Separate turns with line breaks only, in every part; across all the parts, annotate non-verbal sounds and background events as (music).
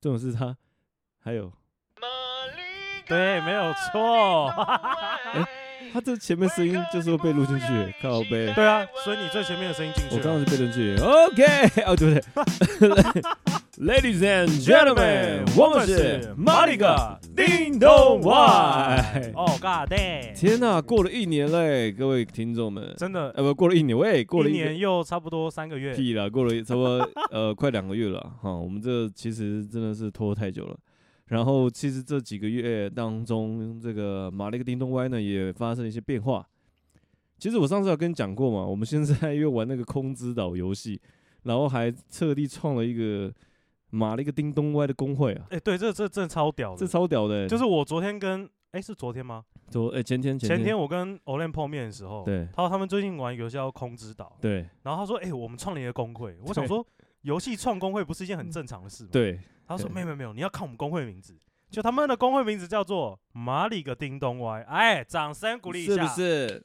这种是他还有
对，没有
(laughs)
错。
哎他这前面声音就是会被录进去，靠背。
对啊，所以你最前面的声音进去
我刚好
了。
是被录进去。OK，哦 (laughs) 对不对？Ladies and gentlemen，我们是马里哥叮咚啊 Y。
哦，God damn！
天呐，过了一年嘞，各位听众们，
真的，
呃不，过了一年，喂，过了
一
一个
年又差不多三个月。
屁了，过了差不多呃快两个月了哈。我们这其实真的是拖太久了。然后其实这几个月当中，这个马里克叮咚歪呢也发生了一些变化。其实我上次有跟你讲过嘛，我们现在又玩那个空之岛游戏，然后还特地创了一个马里克叮咚歪的公会啊，
(laughs) 哎，对，这这真的超屌
这
的。
超屌的欸、
就是我昨天跟，哎，是昨天吗？
昨哎、前天
前
天
天我跟 Olen 碰面的时候，
对
他说他们最近玩游戏叫空之岛，
对
然后他说，哎，我们创了一个工会。我想
对
说，游戏创工会不是一件很正常的事吗？。
对
他说
对
没有没有没有，你要看我们工会名字，就他们的工会名字叫做马里个叮咚歪，哎，掌声鼓励一
是
下，
不是？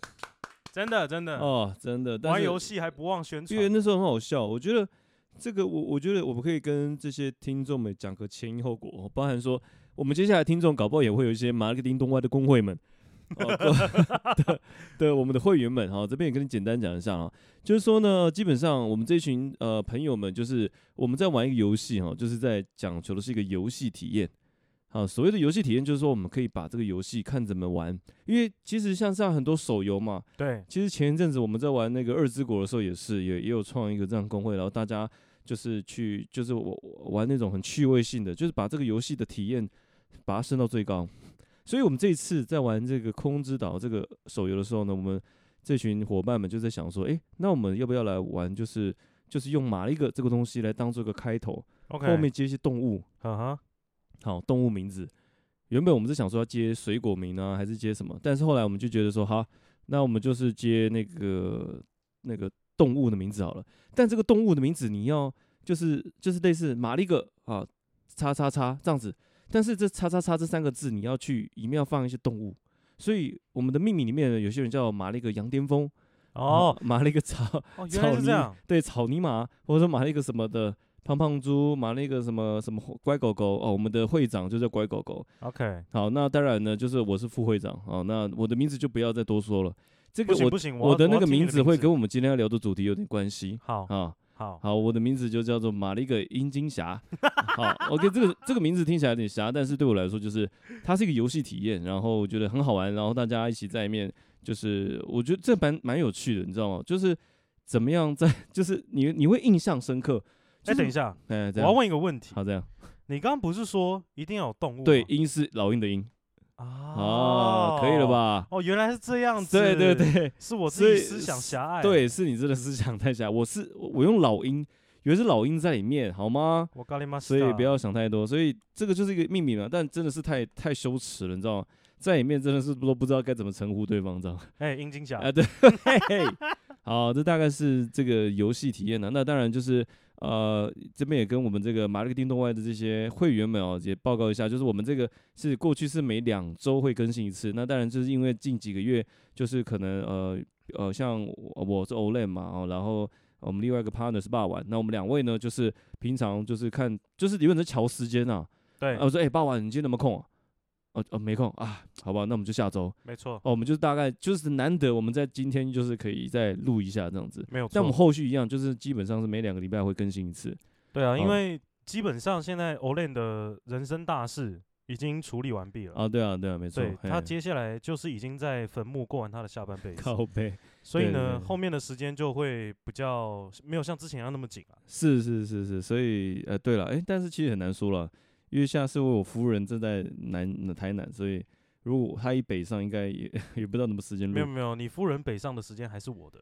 真的真的，
哦，真的，但
玩
是
游戏还不忘宣
因为
传，
那时候很好笑，我觉得这个我我觉得我们可以跟这些听众们讲个前因后果，哦包含说我们接下来听众搞不好也会有一些马里克丁东歪的工会
(laughs)
们。哦、各的的我们的会员们哈、哦这边也跟你简单讲一下啊，就是说呢，基本上我们这群呃朋友们，就是我们在玩一个游戏哈、哦就是在讲求的是一个游戏体验。啊，所谓的游戏体验，就是说我们可以把这个游戏看怎么玩，因为其实像像很多手游嘛，
对，
其实前一阵子我们在玩那个二之国的时候，也是也也有创一个这样工会，然后大家就是去就是我我玩那种很趣味性的，就是把这个游戏的体验把它升到最高。 (laughs) 所以我们这一次在玩这个空之岛这个手游的时候呢，我们这群伙伴们就在想说，诶，那我们要不要来玩？就是就是用马力个这个东西来当做一个开头
OK，
后面接一些动物，
嗯哼，
好，动物名字。原本我们是想说要接水果名呢、还是接什么？但是后来我们就觉得说，好，那我们就是接那个那个动物的名字好了。但这个动物的名字你要就是就是类似马力个啊，叉叉叉这样子。但是这叉叉叉这三个字你要去里面要放一些动物，所以我们的命名里面呢有些人叫马力个羊癫疯，
哦，
马马力个草
哦，原来
草
是
泥
这样，
对草泥马，或者说马力个什么的胖胖猪，马力个什么什么乖狗狗哦，我们的会长就叫乖狗狗。
，OK，
好，那当然呢，就是我是副会长哦，那我的名字就不要再多说了。这
不
个
行
我
不行，
我
我要
的
要
那个
听你
名
字
字会跟我们今天要聊的主题有点关系
好
啊。
好哎
好，我的名字就叫做玛丽个阴金
(laughs)
侠。好，OK，这个这个名字听起来有点侠，但是对我来说就是它是一个游戏体验，然后我觉得很好玩，然后大家一起在里面，就是我觉得这蛮蛮有趣的，你知道吗？就是怎么样在， (laughs) 就是你你会印象深刻。
哎，等一
下，
下，
哎，
我
这
要
样，
问一个问题，
好这样，
你刚刚不是说一定要有动物吗？
对，鹰是老鹰的鹰
啊
啊，，可以了？吧？
哦，原来是这样子，哎
对对，对，
(laughs) 是我
所
自
以
己思想狭隘，，
对，是你真的思想太狭。我是我我用老鹰，以为是老鹰在里面，好吗？
我咖喱妈，
所以不要想太多。所以这个就是一个秘密嘛，但真的是太太羞耻了，你知道吗？在里面真的是都不知道该怎么称呼对方，知道吗？
哎，阴茎侠
啊，对， (laughs) 好，这大概是这个游戏体验呢。那当然就是呃，这边也跟我们这个马里克叮咚外的这些会员们哦，也报告一下，就是我们这个是过去是每两周会更新一次。那当然就是因为近几个月，就是可能呃呃，像我我是 Olen 嘛，哦，然后。我们另外一个 partner 是霸晚，那我们两位呢，就是平常就是看，就是有点在瞧时间啊。
对
啊，，我说，哎、霸晚，你今天有没有空、啊？哦哦，没空啊，好吧，那我们就下周。
没错，
哦，我们就是大概就是难得我们在今天就是可以再录一下这样子。
没有错，
但我们后续一样，就是基本上是每两个礼拜会更新一次。
对啊，因
嗯
为基本上现在 Olen 的人生大事已经处理完毕了。
啊，对啊，对啊，没错
对。
嘿
他接下来就是已经在坟墓过完他的下半辈子，
靠背，
所以
对
呢，
对对
后面的时间就会比较没有像之前一样那么紧了、
是是是是，所以呃，对了，哎，但是其实很难说了，因为下次我夫人正在南台南，所以如果她一北上，应该也 (laughs) 也不知道什么时间
没有
录。
没有，你夫人北上的时间还是我的。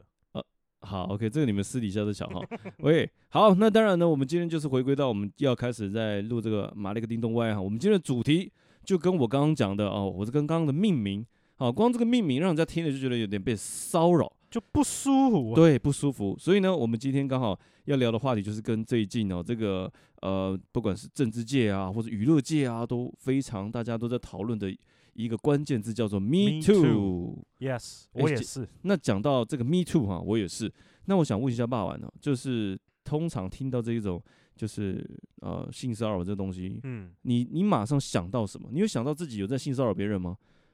好，OK，这个你们私底下的小号。喂，好，那当然呢，我们今天就是回归到我们要开始在录这个马里克叮咚外哈，我们今天的主题就跟我刚刚讲的哦，我是跟刚刚的命名，好，光这个命名让人家听了就觉得有点被骚扰。
就不舒服、啊。
对，不舒服。所以呢，我们今天刚好要聊的话题就是跟最近哦，这个呃，不管是政治界啊，或者娱乐界啊，都非常大家都在讨论的一个关键字，叫做
Me
“me
too
too”。
，yes，
哎
我也
姐
是。
那讲到哦这个 “me too” 哈、我也是。那我想问一下霸王呢，就是通常听到这一种就是呃性骚扰这东西，
嗯，
你你马上想到什么？你有想到自己有在性骚扰别人吗？ (laughs)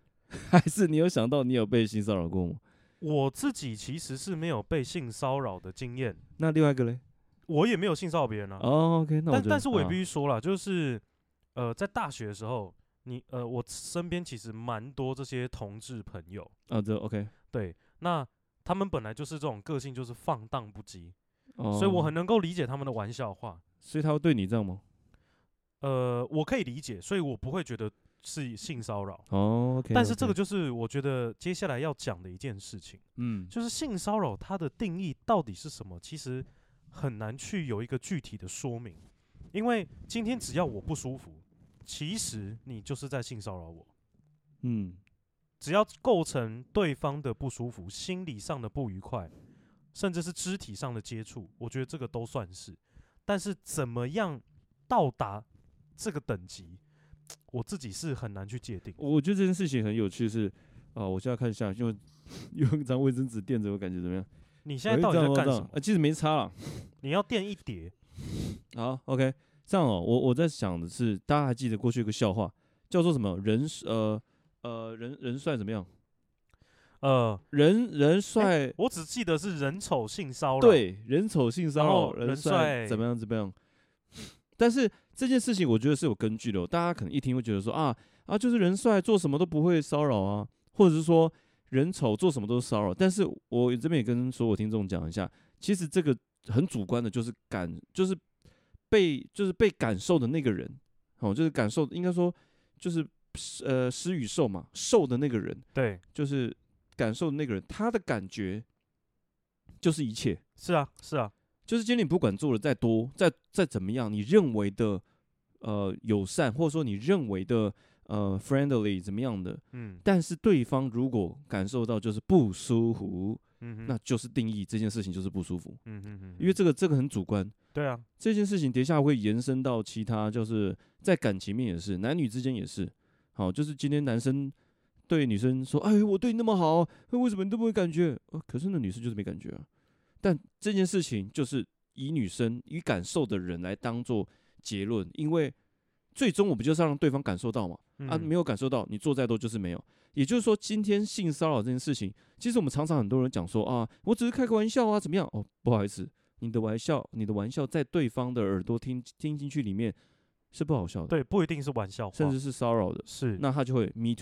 还是你有想到你有被性骚扰过吗？
我自己其实是没有被性骚扰的经验，
那另外一个嘞？
我也没有性骚扰别人啊。
哦，OK，那我
但
觉
但
得
是我也
啊
必须说了，就是呃，在大学的时候，你呃，我身边其实蛮多这些同志朋友，
啊，这 OK，
对，那他们本来就是这种个性，就是放荡不羁，
哦
所以我很能够理解他们的玩笑话，
所以他会对你这样吗？
呃，我可以理解，所以我不会觉得是性骚扰。
哦，OK，
但是这个
OK
就是我觉得接下来要讲的一件事情，
嗯，
就是性骚扰它的定义到底是什么，其实很难去有一个具体的说明，因为今天只要我不舒服，其实你就是在性骚扰我，
嗯
只要构成对方的不舒服、心理上的不愉快，甚至是肢体上的接触，我觉得这个都算是。但是怎么样到达这个等级，我自己是很难去界定。
我觉得这件事情很有趣是，啊，我现在看一下， (laughs) 用用一张卫生纸垫着，我感觉怎么样？
你现在
哎
到底
这样
在
哦
干
这
什
样
么？
呃，其实没差啦。
你要垫一叠，
好，OK，这样哦，我我在想的是，大家还记得过去有个笑话叫做什么？人呃呃人人帅怎么样？
呃，
人人帅、
我只记得是人丑性骚扰。，
对，人丑性骚
然
扰，
后
人
人
帅
帅
怎么样怎么样？但是这件事情我觉得是有根据的、哦，大家可能一听会觉得说啊啊，就是人帅做什么都不会骚扰啊，或者是说人丑做什么都是骚扰。但是我这边也跟所有听众讲一下，其实这个很主观的，就是感，就是被就是被感受的那个人，哦，就是感受，应该说就是呃施与受嘛，受的那个人
对，
就是感受的那个人，他的感觉就是一切。
是啊，是啊，
就是今天你不管做的再多，再再怎么样，你认为的呃友善，或者说你认为的呃 friendly 怎么样的，
嗯
但是对方如果感受到就是不舒服，
嗯哼，
那就是定义这件事情就是不舒服，
嗯哼哼，
因为这个这个很主观。
对啊，
这件事情底下会延伸到其他，就是在感情面也是，男女之间也是。好，就是今天男生对女生说：“哎，我对你那么好，哎为什么你都不会感觉？”呃，可是那女生就是没感觉啊。但这件事情就是以女生以感受的人来当做结论，因为最终我不就是要让对方感受到嘛？啊，没
有，
有感受到，你做再多就是没有。也就是说，今天性骚扰这件事情，其实我们常常很多人讲说啊，我只是开个玩笑啊，怎么样？哦，不好意思，你的玩笑，你的玩笑在对方的耳朵听听进去里面是不好笑的，
对，不一定是玩笑话，
甚至是骚扰的，
是
那他就会 me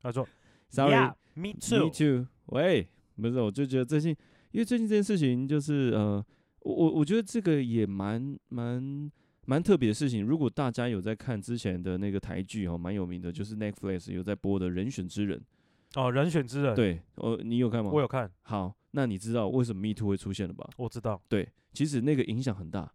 他说
too，sorry，me
me too，
too，喂，不是，我就觉得最近，因为最近这件事情就是呃，我我我觉得这个也蛮蛮。蛮特别的事情，如果大家有在看之前的那个台剧哦，蛮有名的，就是 Netflix 有在播的《人选之人》，
哦，人选之人，
对，哦，你有看吗？
我有看，
好，那你知道为什么 Me Too 会出现了吧？
我知道，
对，其实那个影响很大，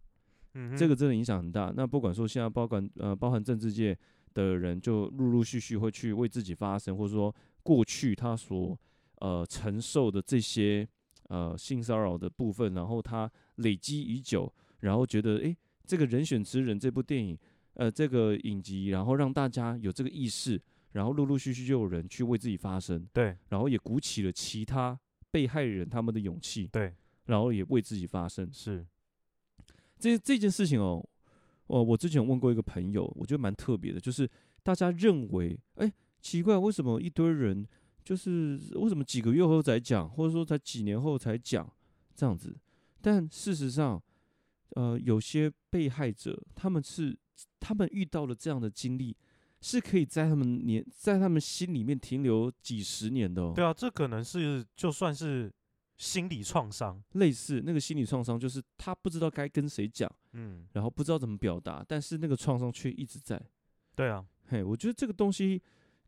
嗯哼，
这个真的影响很大。那不管说现在包管呃包含政治界的人，就陆陆续续会去为自己发声，或者说过去他所呃承受的这些呃性骚扰的部分，然后他累积已久，然后觉得诶，这个人选之人这部电影呃这个影集，然后让大家有这个意识，然后陆陆续续就有人去为自己发声。
对
然后也鼓起了其他被害人他们的勇气，
对
然后也为自己发声。
是，
这这件事情哦，哦，我之前问过一个朋友，我觉得蛮特别的，就是大家认为，哎，奇怪，为什么一堆人就是为什么几个月后才讲，或者说才几年后才讲这样子？但事实上，呃，有些被害者他们是他们遇到了这样的经历，是可以在他们年在他们心里面停留几十年的、哦。
对啊，这可能是就算是心理创伤，
类似那个心理创伤，就是他不知道该跟谁讲，
嗯，
然后不知道怎么表达，但是那个创伤却一直在。
对啊，
嘿，我觉得这个东西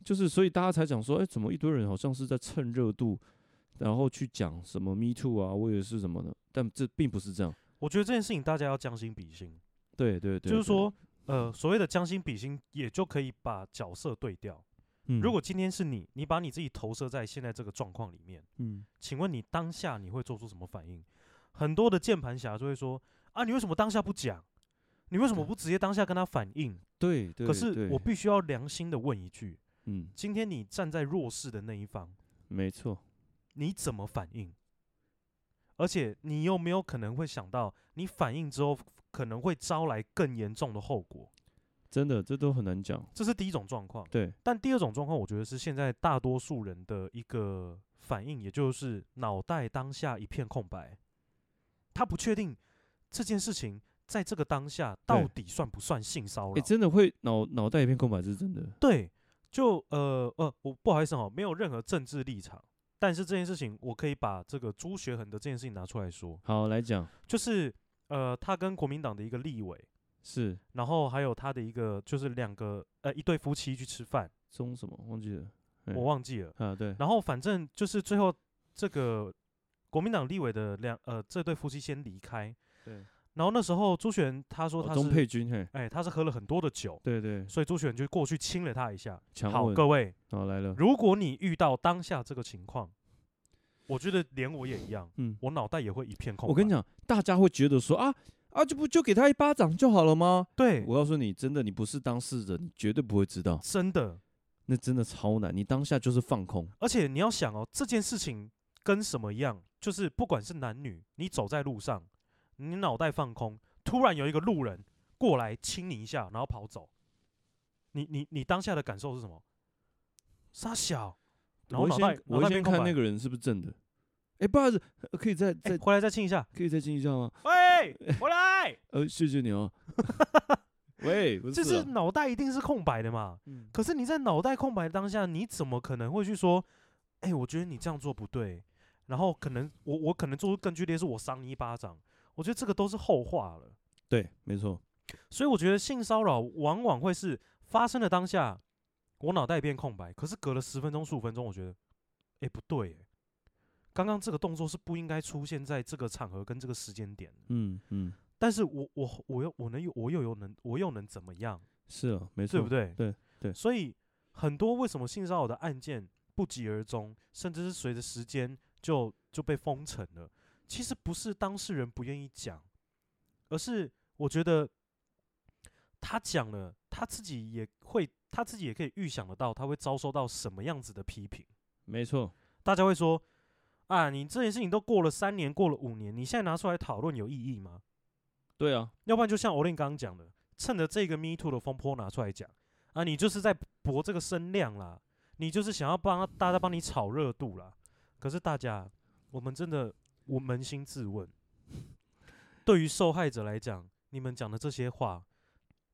就是，所以大家才讲说，哎、怎么一堆人好像是在趁热度，然后去讲什么 “me too” 啊，或者是什么的，但这并不是这样。
我觉得这件事情大家要将心比心，
对对对，
就
对，
是说，呃，所谓的将心比心，也就可以把角色对调。
嗯
如果今天是你，你把你自己投射在现在这个状况里面，
嗯，
请问你当下你会做出什么反应？很多的键盘侠就会说啊，你为什么当下不讲？你为什么不直接当下跟他反应？
对对，
可是
对
我必须要良心的问一句：
嗯，
今天你站在弱势的那一方，
没错，
你怎么反应？而且你有没有可能会想到，你反应之后可能会招来更严重的后果，
真的这都很难讲。
这是第一种状况。
对，
但第二种状况，我觉得是现在大多数人的一个反应，也就是脑袋当下一片空白，他不确定这件事情在这个当下到底算不算性骚
哎、
扰。
真的会脑脑袋一片空白，这是真的。
对，就呃呃，我不好意思哦，没有任何政治立场，但是这件事情我可以把这个朱学恒的这件事情拿出来说，
好，来讲
就是呃，他跟国民党的一个立委，
是
然后还有他的一个就是两个呃一对夫妻去吃饭，
中什么忘记了对
我忘记了。
啊？对，
然后反正就是最后这个国民党立委的两呃这对夫妻先离开，
对，
然后那时候朱璇他说他
哦
是、
钟佩君，嘿，
哎他是喝了很多的酒，
对对，
所以朱璇就过去亲了他一下。
强
好，
吻
各位，
好来了，
如果你遇到当下这个情况，我觉得连我也一样，
嗯，
我脑袋也会一片空白。
我跟你，讲，大家会觉得说啊啊，就不就给他一巴掌就好了吗？
对，
我告诉你，真的，你不是当事人，你绝对不会知道，
真的，
那真的超难。你当下就是放空，
而且你要想哦，这件事情跟什么一样，就是不管是男女，你走在路上，你脑袋放空，突然有一个路人过来亲你一下，然后跑走，你你你当下的感受是什么？傻小，然后
我会
脑袋
先我
脑
会先
袋变空
看
白
那，个人是不是正的。哎、不好意思，呃可以再
哎
再、
回来再亲一下，
可以再进一下吗？
喂，
(laughs)
回来，
呃，谢谢你
(laughs)
哦。喂，不
就是是
啊，
脑袋一定是空白的嘛，
嗯
可是你在脑袋空白当下，你怎么可能会去说，哎、我觉得你这样做不对，然后可能我我可能做出更剧烈，是我赏你一巴掌，我觉得这个都是后话了。
对，没错，
所以我觉得性骚扰往往会是发生的当下，我脑袋一片空白，可是隔了十分钟、十五分钟，我觉得，哎、不对、欸，刚刚这个动作是不应该出现在这个场合跟这个时间点的，
嗯嗯，
但是我我我又我能又我又有能我又能怎么样？
是啊，没错，
对不？对？
对对
所以很多为什么性骚扰的案件不疾而终，甚至是随着时间就就被封城了，其实不是当事人不愿意讲，而是我觉得他讲了，他自己也会，他自己也可以预想得到，他会遭受到什么样子的批评。
没错，
大家会说啊，你这件事情都过了三年，过了五年，你现在拿出来讨论有意义吗？
对啊，
要不然就像欧令刚刚讲的，趁着这个 Me Too 的风波拿出来讲啊，你就是在博这个声量啦，你就是想要帮大家帮你炒热度啦。可是大家，我们真的，我扪心自问，对于受害者来讲，你们讲的这些话，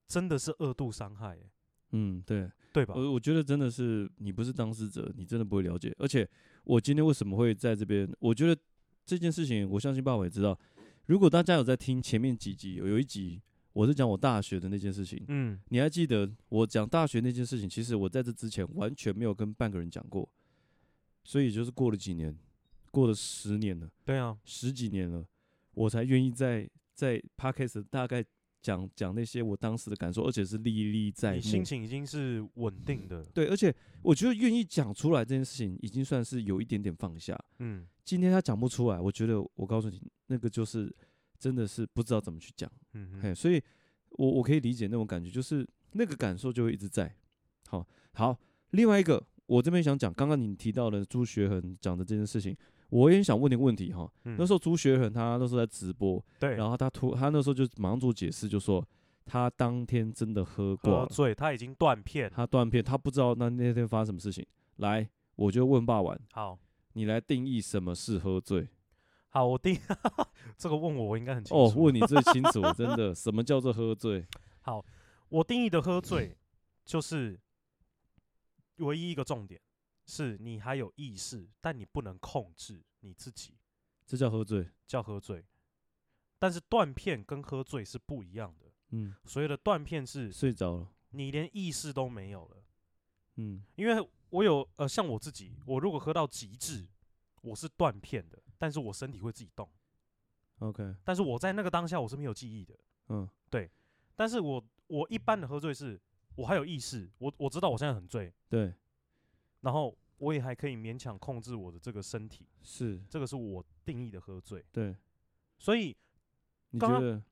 真的是恶度伤害、欸，
嗯，对，
对吧？
我我觉得真的是你不是当事者，你真的不会了解。而且我今天为什么会在这边？我觉得这件事情，我相信爸爸也知道。如果大家有在听前面几集，有有一集我是讲我大学的那件事情，
嗯，
你还记得我讲大学那件事情？其实我在这之前完全没有跟半个人讲过，所以就是过了几年，过了十年了，
对啊，
十几年了，我才愿意在在 podcast 大概讲讲那些我当时的感受，而且哎是历历在
你
目。
心情已经是稳定的，
对，而且我觉得愿意讲出来这件事情，已经算是有一点点放下。
嗯
今天他讲不出来，我觉得我告诉你，那个就是真的是不知道怎么去讲。
嗯
嘿，
嗯，
所以我我可以理解那种感觉，就是那个感受就会一直在。好，好，另外一个我这边想讲，刚刚你提到的朱学恒讲的这件事情，我也想问你个问题哈。嗯那时候
候
朱学恒他那时候在直播，
嗯对，
然后他突他那时候就马上做解释，就说他当天真的喝挂
喝
了。
醉，他已经断片，
他断片，他不知道那那天发生什么事情。来，我就问霸王，
好。
你来定义什么是喝醉？
好，我第 (laughs) 这个问我，我应该很清楚。
哦，问你最清楚，真的，什么叫做喝醉？
我定义的喝醉，就是唯一一个重点，是你还有意识，但你不能控制你自己，
这叫喝醉。
叫喝醉。但是断片跟喝醉是不一样的。
嗯，
所谓的断片是
睡着了。
你连意识都没有了，
嗯，
因为我有呃，像我自己，我如果喝到极致，我是断片的，但是我身体会自己动，
OK，
但是我在那个当下我是没有记忆的。
嗯，
但是我我一般的喝醉是，我还有意识，我我知道我现在很醉，
对，
然后我也还可以勉强控制我的这个身体，
是，
这个是我定义的喝醉。
对。
所以
你
刚
觉
刚
得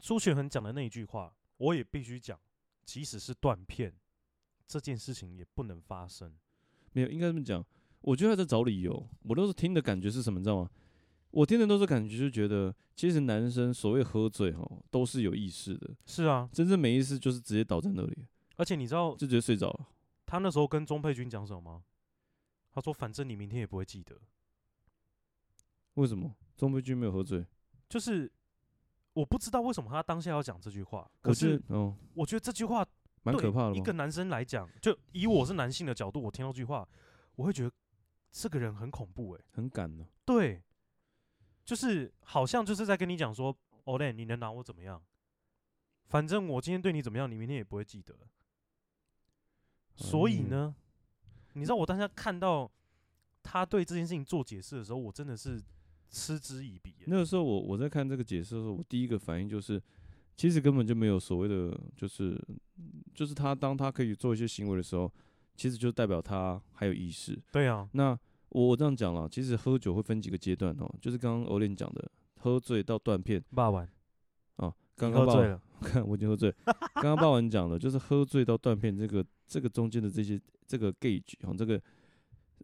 朱学恒讲的那一句话，我也必须讲，即使是断片，这件事情也不能发生。
没有？应该这么讲。我觉得他在找理由。我那时候听的感觉是什么，你知道吗？我听的都是感觉，就觉得其实男生所谓喝醉哈，都是有意识的，
是啊，
真正没意识就是直接倒在那里，
而且你知道
就直接睡着了。
他那时候跟钟佩君讲什么吗？他说：“反正你明天也不会记得。
为什么？钟佩君没有喝醉，”
就是我不知道为什么他当下要讲这句话，可
可
是
是哦，
我觉得这句话
蛮
对
可怕的
一
吧
个？男生来讲，就以我是男性的角度，我听到这句话，我会觉得这个人很恐怖哎、
很敢呢、
对，就是好像就是在跟你讲说 o l e n 你能拿我怎么样？反正我今天对你怎么样，你明天也不会记得。所以
嗯
呢，你知道我当下看到他对这件事情做解释的时候，我真的是嗤之以鼻、欸。
那个时候我我在看这个解释的时候，我第一个反应就是，其实根本就没有所谓的，就是就是他当他可以做一些行为的时候，其实就代表他还有意识。
对啊，
那我我这样讲了，其实喝酒会分几个阶段哦，就是刚刚欧炼讲的，喝醉到断片
爸完，
啊，
你
刚刚
喝
爸
醉
爸
了，
看我已经喝醉，刚刚爸完讲了，就是喝醉到断片这个这个中间的这些这个 gauge 哦，这个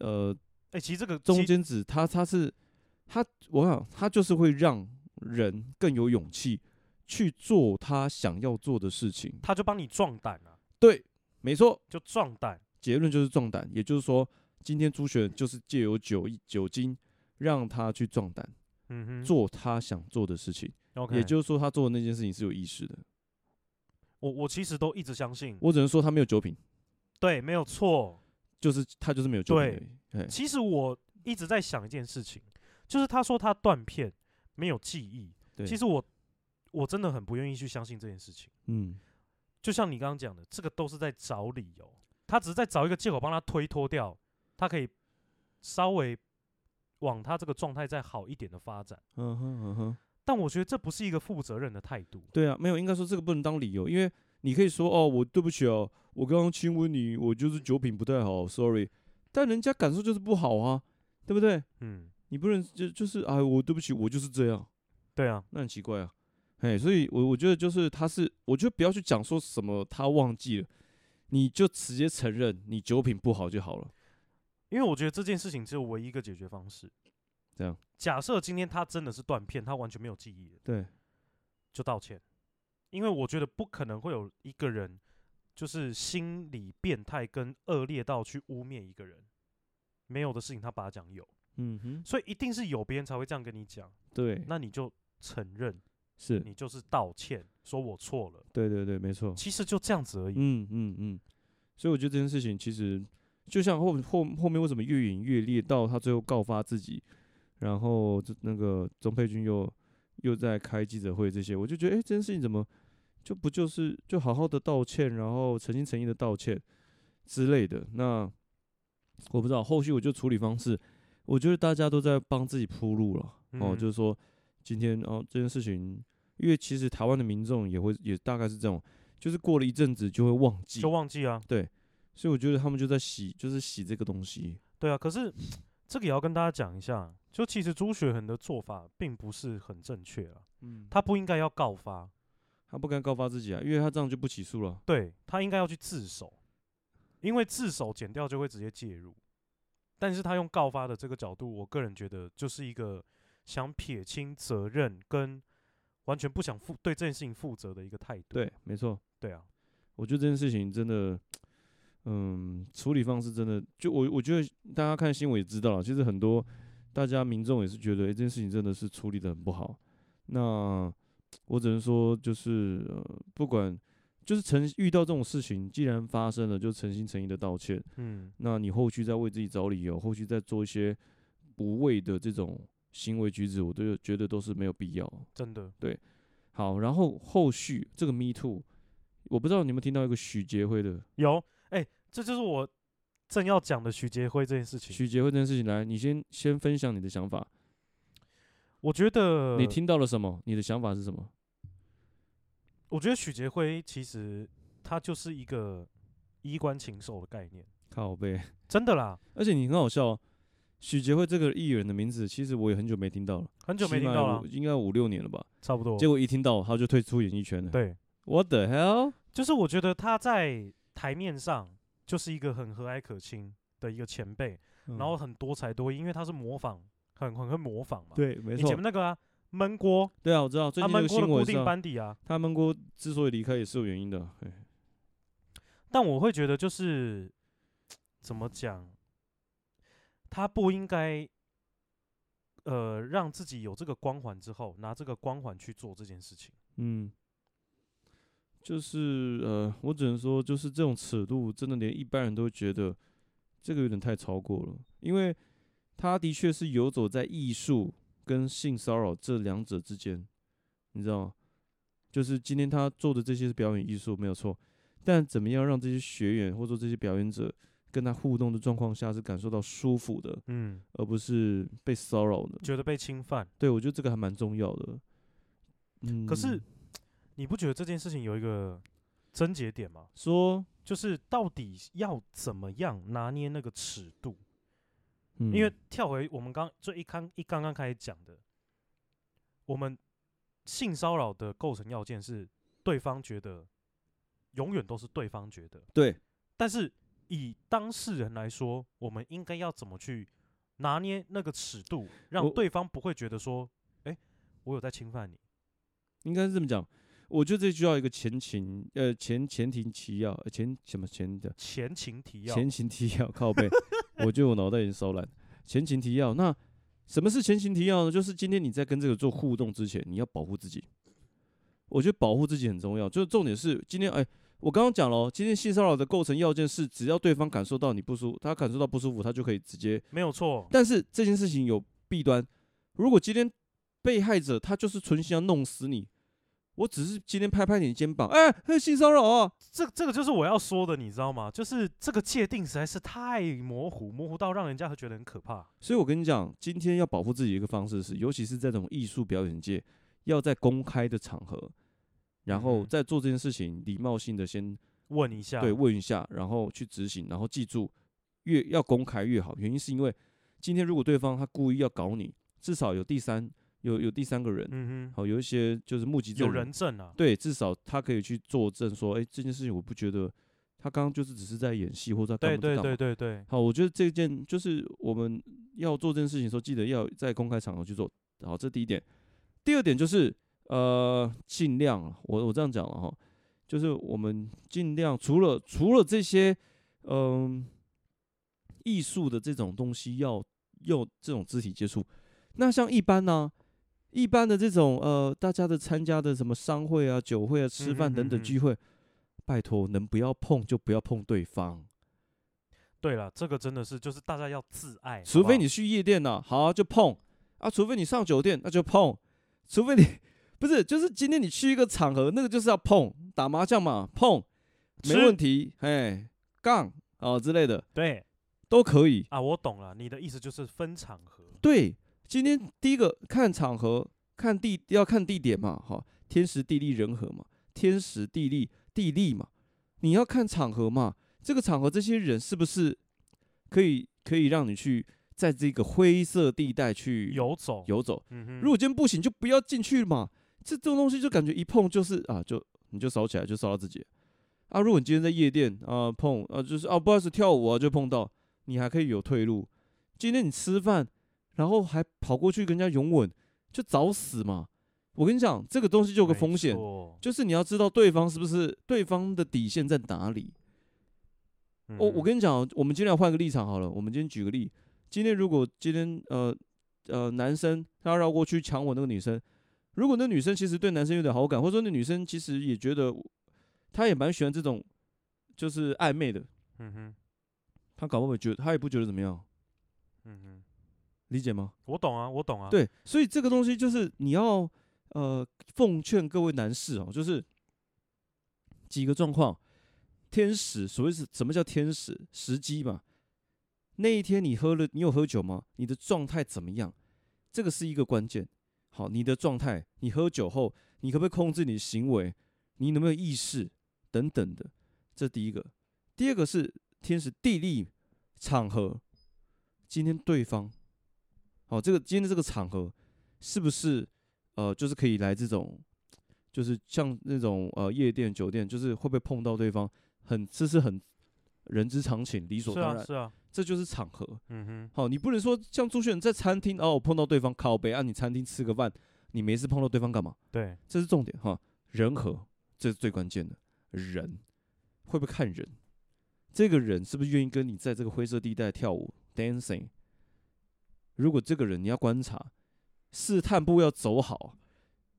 呃
哎、其实这个
中
其
间值，它它是它，我想它就是会让人更有勇气去做他想要做的事情。
他就帮你壮胆啊，
对，没错，
就壮胆。
结论就是壮胆，也就是说，今天朱璇就是借由酒酒精让他去壮胆，
嗯哼，
做他想做的事情。
OK，
也就是说，他做的那件事情是有意识的。
我我其实都一直相信，
我只能说他没有酒品，
对，没
(laughs)
有错。
就是他就是没有酒品
对
而已。哎，
其实我一直在想一件事情，就是他说他断片，没有记忆。
对，
其实我我真的很不愿意去相信这件事情。
嗯，
就像你刚刚讲的，这个都是在找理由，他只是在找一个借口帮他推脱掉，他可以稍微往他这个状态再好一点的发展。
嗯哼嗯哼。
但我觉得这不是一个负责任的态度。
对啊，没有，应该说这个不能当理由，因为你可以说哦，我对不起哦，我刚刚亲吻你，我就是酒品不太好，sorry。但人家感受就是不好啊，对不对？
嗯，
你不能就就是哎，我对不起，我就是这样，
对啊，
那很奇怪啊。哎，所以我我觉得就是他是，我觉得不要去讲说什么他忘记了，你就直接承认你酒品不好就好了。
因为我觉得这件事情只有唯一一个解决方式。
这样，
假设今天他真的是断片，他完全没有记忆了，
对，
就道歉，因为我觉得不可能会有一个人就是心理变态跟恶劣到去污蔑一个人，没有的事情他把它讲有，
嗯哼，
所以一定是有别人才会这样跟你讲，
对，
那你就承认，
是，
你就是道歉，说我错了，
对对对，没错。
其实就这样子而已。
嗯嗯嗯，所以我觉得这件事情其实就像后后后面为什么越演越烈，到他最后告发自己，然后这那个钟佩君又又在开记者会这些，我就觉得哎、诶这件事情怎么就不就是就好好的道歉，然后诚心诚意的道歉之类的。那我不知道后续我就处理方式，我觉得大家都在帮自己铺路了、哦，
嗯
就是说今天哦这件事情，因为其实台湾的民众也会也大概是这种。就是过了一阵子就会忘记，
就忘记啊，
所以我觉得他们就在洗，就是洗这个东西。
对啊，可是这个也要跟大家讲一下，就其实朱雪恒的做法并不是很正确啊，
嗯，他
他不应该要告发，
他不敢告发自己啊，因为他这样就不起诉了。
对他应该要去自首，因为自首减掉就会直接介入。但是他用告发的这个角度，我个人觉得就是一个想撇清责任跟完全不想负对这件事情负责的一个态度。
对，没错，
对啊，
我觉得这件事情真的，嗯，处理方式真的，就我我觉得大家看新闻也知道了，其实很多大家民众也是觉得、诶这件事情真的是处理的很不好。那我只能说，就是、呃、不管就是诚遇到这种事情，既然发生了，就诚心诚意的道歉。
嗯，
那你后续再为自己找理由，后续再做一些无谓的这种行为举止，我都觉得都是没有必要。
真的，
好，然后后续这个 Me Too，我不知道你有没有听到一个许杰辉的
有，哎、这就是我正要讲的许杰辉这件事情。
许杰辉这件事情，来，你先先分享你的想法，
我觉得
你，听到了什么？你的想法是什么？
我觉得许杰辉其实他就是一个衣冠禽兽的概念，
靠背，
真的啦，
而且你很好笑、哦，许杰辉这个艺人的名字，其实我也很久没听到了，
很久没
起
听
码
到了
五，应该五六年了吧？
差不多。
结果一听到他就退出演艺圈了。
对，
，What the hell？
就是我觉得他在台面上
嗯
就是一个很和蔼可亲的一个前辈，然后很多才多艺，因为他是模仿很很会模仿嘛。，
对，没
以前
错，
那个啊，焖锅，
对啊，我知道最
他
近这
焖
个
锅
新
的固
闻是
定
啊，
班底啊。
他们锅之所以离开也是有原因的，啊嘿
但我会觉得就是怎么讲，他不应该呃让自己有这个光环之后，拿这个光环去做这件事情。
嗯，就是呃，我只能说，就是这种尺度，真的连一般人都觉得这个有点太超过了，因为他的确是游走在艺术跟性骚扰这两者之间，你知道吗？就是今天他做的这些是表演艺术没有错，但怎么样让这些学员或者说这些表演者跟他互动的状况下是感受到舒服的，
嗯，
而不是被骚扰的？
觉得被侵犯。
对我觉得这个还蛮重要的。嗯，
可是你不觉得这件事情有一个症结点吗？
说，
就是到底要怎么样拿捏那个尺度？
嗯
因为跳回我们刚最一刚一刚刚开始讲的，我们性骚扰的构成要件是对方觉得，永远都是对方觉得。
对，
但是以当事人来说，我们应该要怎么去拿捏那个尺度，让
我
对方不会觉得说，哎、我有在侵犯你。
应该是这么讲。我觉得这需要一个前情，呃，前前庭提要，呃前什么前的
前情提要，
前情提要靠背。我觉得我脑袋已经烧烂。前情提要，那什么是前情提要呢？就是今天你在跟这个做互动之前，你要保护自己。我觉得保护自己很重要，就是重点是今天，哎，我刚刚讲了哦，今天性骚扰的构成要件是，只要对方感受到你不舒他感受到不舒服，他就可以直接
没有错。
但是这件事情有弊端，如果今天被害者他就是存心要弄死你，我只是今天拍拍你的肩膀，哎、哎性骚扰啊，
这这个就是我要说的，你知道吗？就是这个界定实在是太模糊，模糊到让人家会觉得很可怕。
所以我跟你讲，今天要保护自己的一个方式是，尤其是在这种艺术表演界，要在公开的场合，然
嗯
后
哼啊
在做这件事情，礼貌性的先
问一下，
对问一下，然后去执行，然后记住越要公开越好。原因是因为今天如果对方他故意要搞你，至少有第三有有第三个人，
嗯哼，
好有一些就是目击证
有人证啊，
对，至少他可以去作证说，哎、这件事情我不觉得他刚刚就是只是在演戏或者在干
对
嘛在干
对对
嘛
对对，
好，我觉得这件就是我们要做这件事情的时候，记得要在公开场合去做。好，这第一点。第二点就是，呃，尽量啊，我我这样讲了哈，就是我们尽量除了除了这些，嗯、艺术的这种东西要要这种肢体接触，那像一般呢、一般的这种呃，大家的参加的什么商会啊、酒会啊、吃饭等
嗯嗯嗯
等聚会，拜托能不要碰就不要碰对方。
对了，这个真的是就是大家要自爱，好
除
不好
非你去夜店呐、好啊、就碰啊；除非你上酒店，那就碰；除非你不是，就是今天你去一个场合，那个就是要碰，打麻将嘛，碰没
吃
问题，哎，杠啊之类的
对
都可以。
啊，我懂了，你的意思就是分场合，
对，今天第一个看场合，看地要看地点嘛，哈，天时地利人和嘛，天时地利地利嘛，你要看场合嘛，这个场合这些人是不是可以可以让你去在这个灰色地带去
游走，
游走。
嗯哼，
如果今天不行，就不要进去嘛。这种东西就感觉一碰就是啊，就你就烧起来，就烧到自己啊。如果你今天在夜店啊碰啊，就是啊不好意思跳舞啊就碰到，你还可以有退路。今天你吃饭，然后还跑过去跟人家拥吻，就找死嘛。我跟你讲，这个东西就有个
没
风险，
错
就是你要知道对方是不是对方的底线在哪里。
嗯
我、
哼
我跟你讲哦，我们今天换个立场好了，我们今天举个例，今天如果今天呃呃男生他绕过去抢我那个女生，如果那女生其实对男生有点好感，或者说那女生其实也觉得她也蛮喜欢这种就是暧昧的，
嗯哼
她搞不好也觉得她也不觉得怎么样，
嗯哼，
理解吗？
我懂啊，我懂啊，，
对，所以这个东西就是你要呃奉劝各位男士哦，就是几个状况，天使，所谓是什么叫天使时机嘛？那一天你喝了，你有喝酒吗？你的状态怎么样？这个是一个关键。好，你的状态，你喝酒后，你可不可以控制你的行为？你有没有意识？等等的，这第一个。第二个是天时地利场合，今天对方好，这个今天的这个场合是不是呃，就是可以来这种，就是像那种呃夜店、酒店，就是会不会碰到对方，很这是很人之常情，理所
是
当
啊
然，
是啊，
这就是场合。
嗯哼，
好，你不能说像朱炫在餐厅哦，碰到对方靠背啊，你餐厅吃个饭，你没事碰到对方干嘛？
对，
这是重点哈，人和这是最关键的，人会不会看人，这个人是不是愿意跟你在这个灰色地带跳舞 dancing？如果这个人你要观察，试探步要走好，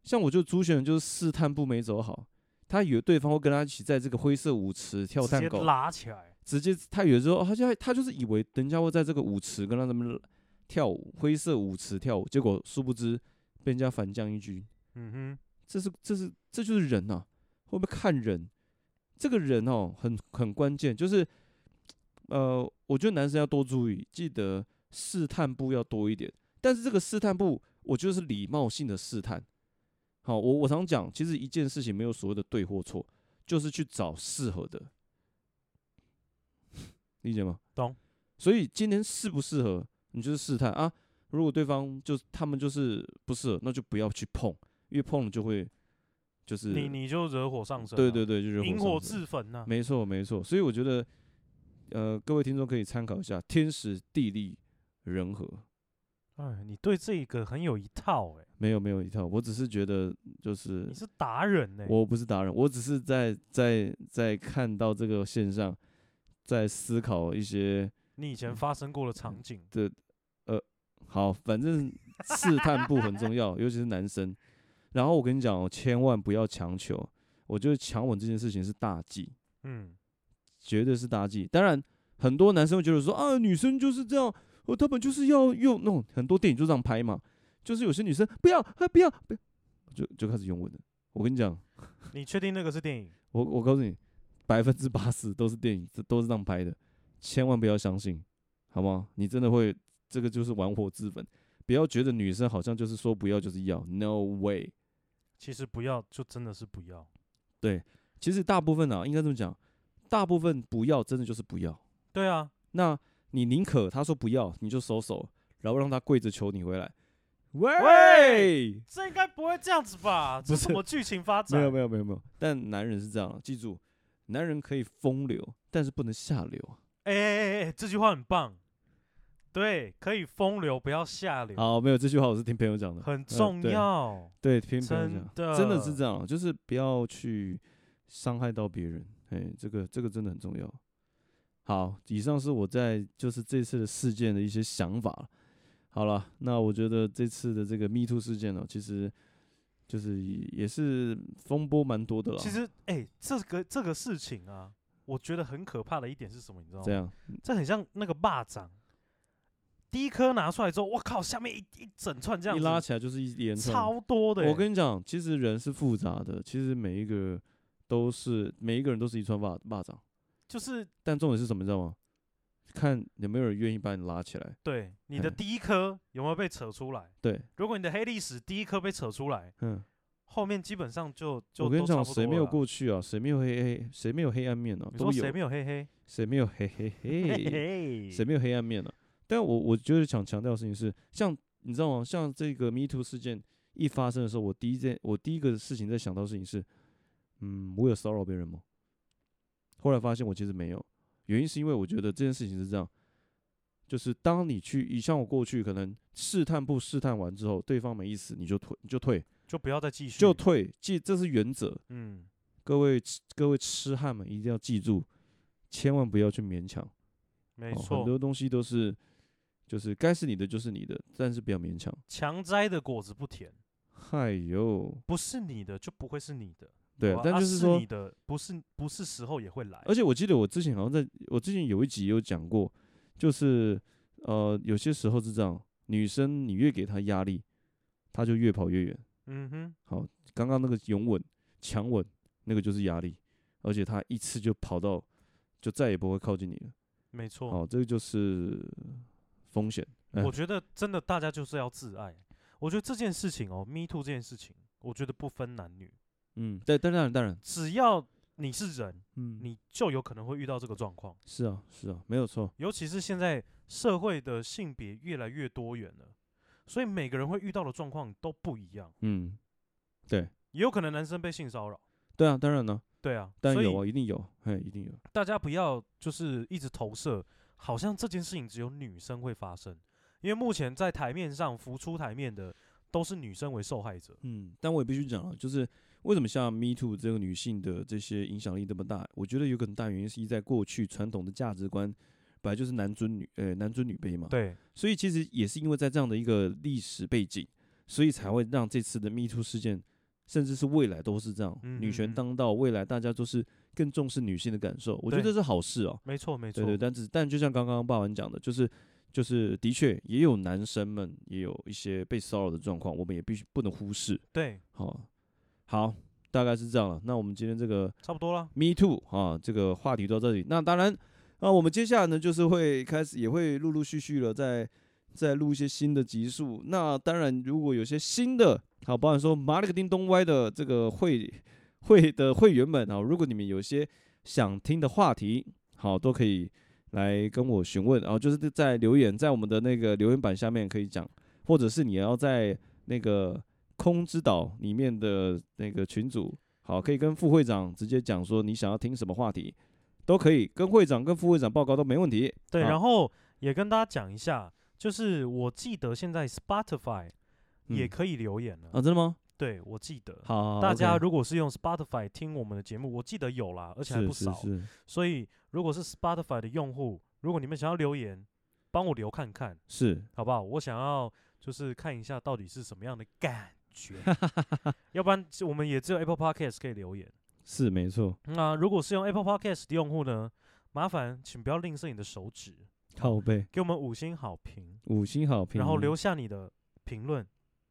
像我就朱选就是试探步没走好，他以为对方会跟他一起在这个灰色舞池跳
直
探
接
狗，
拉起来，
直接他有时候他就他就是以为人家会在这个舞池跟他他们跳舞，灰色舞池跳舞，结果殊不知被人家反将一军。
嗯
这是这是这就是人呐、会不会看人？这个人哦，很很关键，就是呃，我觉得男生要多注意，记得试探步要多一点。但是这个试探步，我觉得是礼貌性的试探。好，我我常讲，其实一件事情没有所谓的对或错，就是去找适合的， (laughs) 理解吗？
懂。
所以今天适不适合，你就是试探啊。如果对方就是他们就是不适合，那就不要去碰，因为碰了就会就是
哼，你你就惹火上身，
对对，对，就是
引
上
火
身
自焚呐，
没错，没错。所以我觉得，呃，各位听众可以参考一下天时地利人和。
哎，你对这个很有一套哎，
没有没有一套，我只是觉得就是
你是达人哎，
我不是达人，我只是在在在看到这个线上，在思考一些
你以
嗯
前发生过的场景，
好，反正试探步很重要，尤其是男生。然后我跟你讲哦，千万不要强求，我觉得强吻这件事情是大忌。
嗯，
绝对是大忌。当然，很多男生会觉得说啊，女生就是这样，哦，他们就是要用那种很多电影就这样拍嘛，就是有些女生不要，啊，不要，不要，就就开始用吻了。我跟你讲，
你确定那个是电影？
我我告诉你，百分之八十都是电影，这都是这样拍的，千万不要相信，好吗？你真的会，这个就是玩火自焚。不要觉得女生好像就是说不要就是要，no way。
其实不要，就真的是不要，
其实大部分啊，应该这么讲，大部分不要真的就是不要。
对啊，
那你宁可他说不要，你就收手，然后让他跪着求你回来。
喂，这应该不会这样子
(laughs)
吧？这
不是
什么剧情发展？
没有没有没有没有，但男人是这样，记住，男人可以风流，但是不能下流。
哎哎哎哎，这句话很棒，对，可以风流，不要下流，
好，没有这句话我是听朋友讲的，
很
呃
重
对
要。
对，听朋友讲，
真的
真的是这样，就是不要去伤害到别人，哎，这个这个真的很重要。好，以上是我在就是这次的事件的一些想法。好了，那我觉得这次的这个 Me Too 事件呢、哦其实就是也也是风波蛮多的啦。
其实，哎、这个这个事情啊，我觉得很可怕的一点是什么？你知道
这
吗？
样，
这很像那个蚂蚱，第一颗拿出来之后，我靠，下面一一整串这样
一
子
拉起来就是一连串。
超多的欸、
我跟你讲，其实人是复杂的，其实每一个都是每一个人都是一串蚂蚂蚱，
就是
但重点是什么，你知道吗？看有没有人愿意把你拉起来。
对你的
嗯
第一颗有没有被扯出来？
对，
如果你的黑历史第一颗被扯出来，
嗯。
后面基本上就就
我跟你
都差
讲，
不
谁
多
没有
了啊？
过去啊？谁没有黑黑？谁没有黑暗面呢、啊
你
都
说
有
谁。没有黑黑？
谁没有黑黑
(laughs) 嘿
黑？
嘿，
谁没有黑暗面呢、啊但我我觉得想强调的事情是，像你知道吗？像这个 Me Too 事件一发生的时候，我第一件我第一个事情在想到的事情是，嗯，我有骚扰别人吗？后来发现我其实没有，原因是因为我觉得这件事情是这样，就是当你去一像我过去可能试探不试探完之后，对方没意思，你就退你就退
就不要再继续，
就退，记这是原则，
嗯，
各位吃各位痴汉们一定要记住，千万不要去勉强。
没
哦
错
很，多东西都是就是该是你的就是你的，但是不要勉强。
强摘的果子不甜，
嗨哟，
不是你的就不会是你的。
对
好
啊
吧，
但
啊
就是是说，
你的不是不是时候也会来，
而且我记得我之前好像在我之前有一集有讲过，就是呃有些时候是这样，女生你越给她压力，她就越跑越远。
嗯哼，
刚刚那个拥吻、强吻，那个就是压力，而且她一次就跑到，就再也不会靠近你了。
没错，
哦，这个就是风险。哎
我觉得真的大家就是要自爱。我觉得这件事情哦，Me Too 这件事情，我觉得不分男女，
嗯，对，当然当然，
只要你是人，
嗯，
你就有可能会遇到这个状况。
是啊是啊，没有错，
尤其是现在社会的性别越来越多元了，所以每个人会遇到的状况都不一样。
嗯，
也有可能男生被性骚扰，
对啊，当然了，
对啊，
当
所
然
以
有啊，一定有，嘿，一定有。
大家不要就是一直投射，好像这件事情只有女生会发生，因为目前在台面上浮出台面的都是女生为受害者。
嗯，但我也必须讲了，就是为什么像 Me Too 这个女性的这些影响力这么大？我觉得有个很大原因是一在过去传统的价值观本来就是男尊女，呃，男尊女卑嘛。
对，
所以其实也是因为在这样的一个历史背景，所以才会让这次的 Me Too 事件，甚至是未来都是这样，
嗯
女
嗯
权
嗯
当道，未来大家都是更重视女性的感受，我觉得
对
这是好事哦、
没错，没错，
对对，但只但就像刚刚霸王讲的，就是就是的确也有男生们也有一些被骚扰的状况，我们也必须不能忽视。
对
好、好，大概是这样了。那我们今天这个
差不多了。
Me Too 啊，这个话题到这里。那当然，啊，我们接下来呢，就是会开始也会陆陆续续了，再再录一些新的集数。那当然，如果有些新的，好，包含说马里克叮咚歪的这个会会的会员们啊，如果你们有一些想听的话题，好，都可以来跟我询问啊，就是在留言，在我们的那个留言板下面可以讲，或者是你要在那个空之岛里面的那个群组，好，可以跟副会长直接讲说你想要听什么话题，都可以跟会长跟副会长报告都没问题。
对，
好
然后也跟大家讲一下，就是我记得现在 Spotify
嗯
也可以留言了。
啊，真的吗？
对，我记得。
好好，好
大
OK
家如果是用 Spotify 听我们的节目，我记得有啦，而且还不少。
是是是
所以如果是 Spotify 的用户，如果你们想要留言，帮我留看看，
是
好不好？我想要就是看一下到底是什么样的感
(laughs)
觉，要不然我们也只有 Apple Podcast 可以留言。
是没错，
那如果是用 Apple Podcast 的用户呢，麻烦请不要吝啬你的手指，
靠背
给我们五星好评，
五星好评，
然后留下你的评论，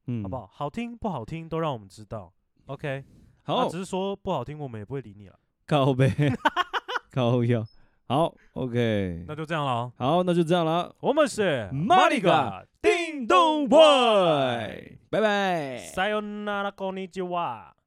嗯
好不？好？好听不好听都让我们知道。OK，那
好
只，是说不好听，我们也不会理你了。
靠背 (laughs) 靠腰，好 OK，
那就这样了哦，
好，那就这样了，
我们是
Maliga 叮咚 boy，拜拜。哎
さよならこんにちは。